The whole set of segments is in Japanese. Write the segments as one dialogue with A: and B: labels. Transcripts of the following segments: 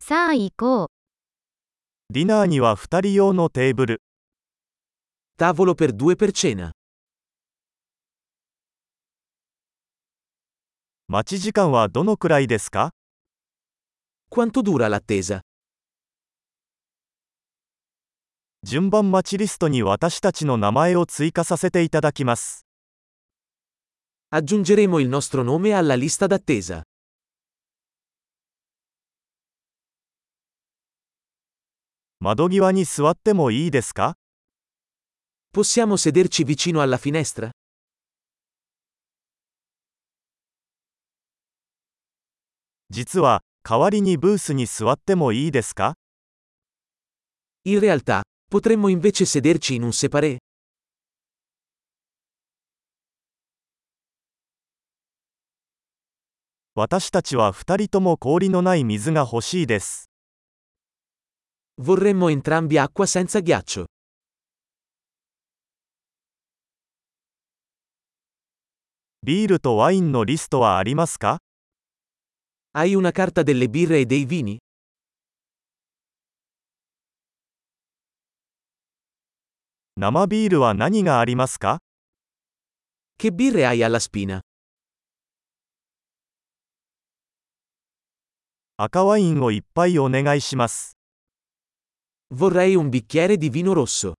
A: さあ行こう。
B: ディナーには2人用のテーブル。
C: Tavolo per due per cena.
B: 待ち時間はどのくらいですか
C: Quanto dura l'attesa?
B: 順番待ちリストに私たちの名前を追加させていただきます。
C: Aggiungeremo il nostro nome alla lista d'attesa.
B: 窓際に座ってもいいですか
C: Possiamo sederci vicino alla finestra?
B: 実は、代わりにブースに座ってもいいですか
C: In realtà, potremmo invece sederci in un separé.
B: 私たちは2人とも氷のない水が欲しいです。
C: Vorremmo entrambi acqua senza ghiaccio.
B: ビールとワインのリストはありますか
C: Hai una carta delle birre e dei vini?
B: 生ビールは何がありますか
C: Che birre hai alla spina?
B: 赤ワインをいっぱいお願いします。
C: Vorrei un bicchiere di vino rosso.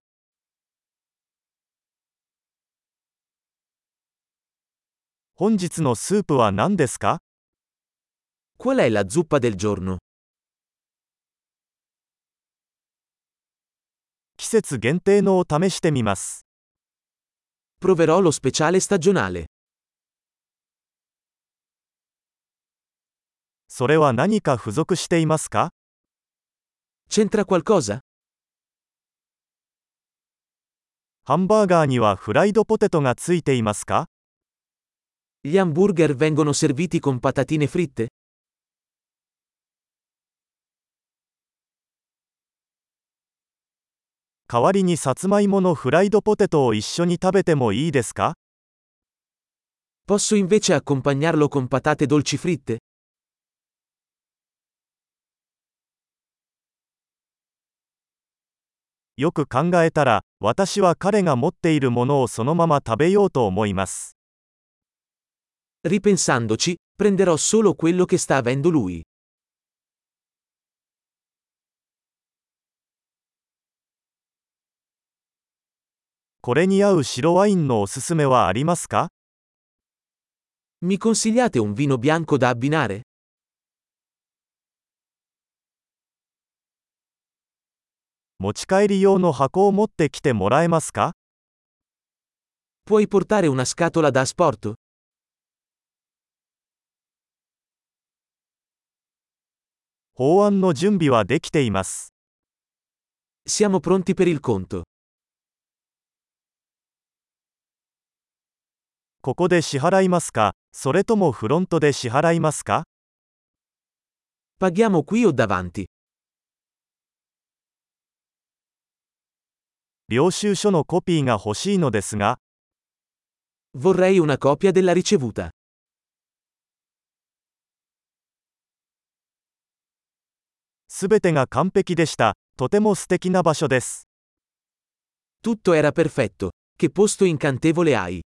B: 本日のスープは何ですか
C: Qual è la zuppa del giorno?
B: 季節限定のを試してみます。
C: Proverò lo speciale stagionale.
B: それは何か付属していますか
C: C'entra qualcosa?
B: ハンバーガーにはフライドポテトがついていますか
C: Gli hamburger vengono serviti con patatine fritte?
B: 代わりにさつまいものフライドポテトを一緒に食べてもいいですか
C: Posso invece accompagnarlo con patate dolci fritte?
B: よく考えたら、私は彼が持っているものをそのまま食べようと思います。
C: Ripensandoci, prenderò solo quello che sta avendo lui.
B: これに合う白ワインのおすすめはありますか
C: Mi consigliate un vino bianco da abbinare?
B: 持ち帰り用の箱を持ってきてもらえますか
C: Puoi portare una scatola da asporto?
B: 法案の準備はできています。
C: Siamo pronti per il conto.
B: ここで支払いますかそれともフロントで支払いますか
C: Paghiamo qui o davanti?
B: 領収書のコピーが欲しいのですが、
C: Vorrei una copia della ricevuta.
B: すべてが完璧でした。とても素敵な場所です。
C: Tutto era perfetto. Che posto incantevole hai!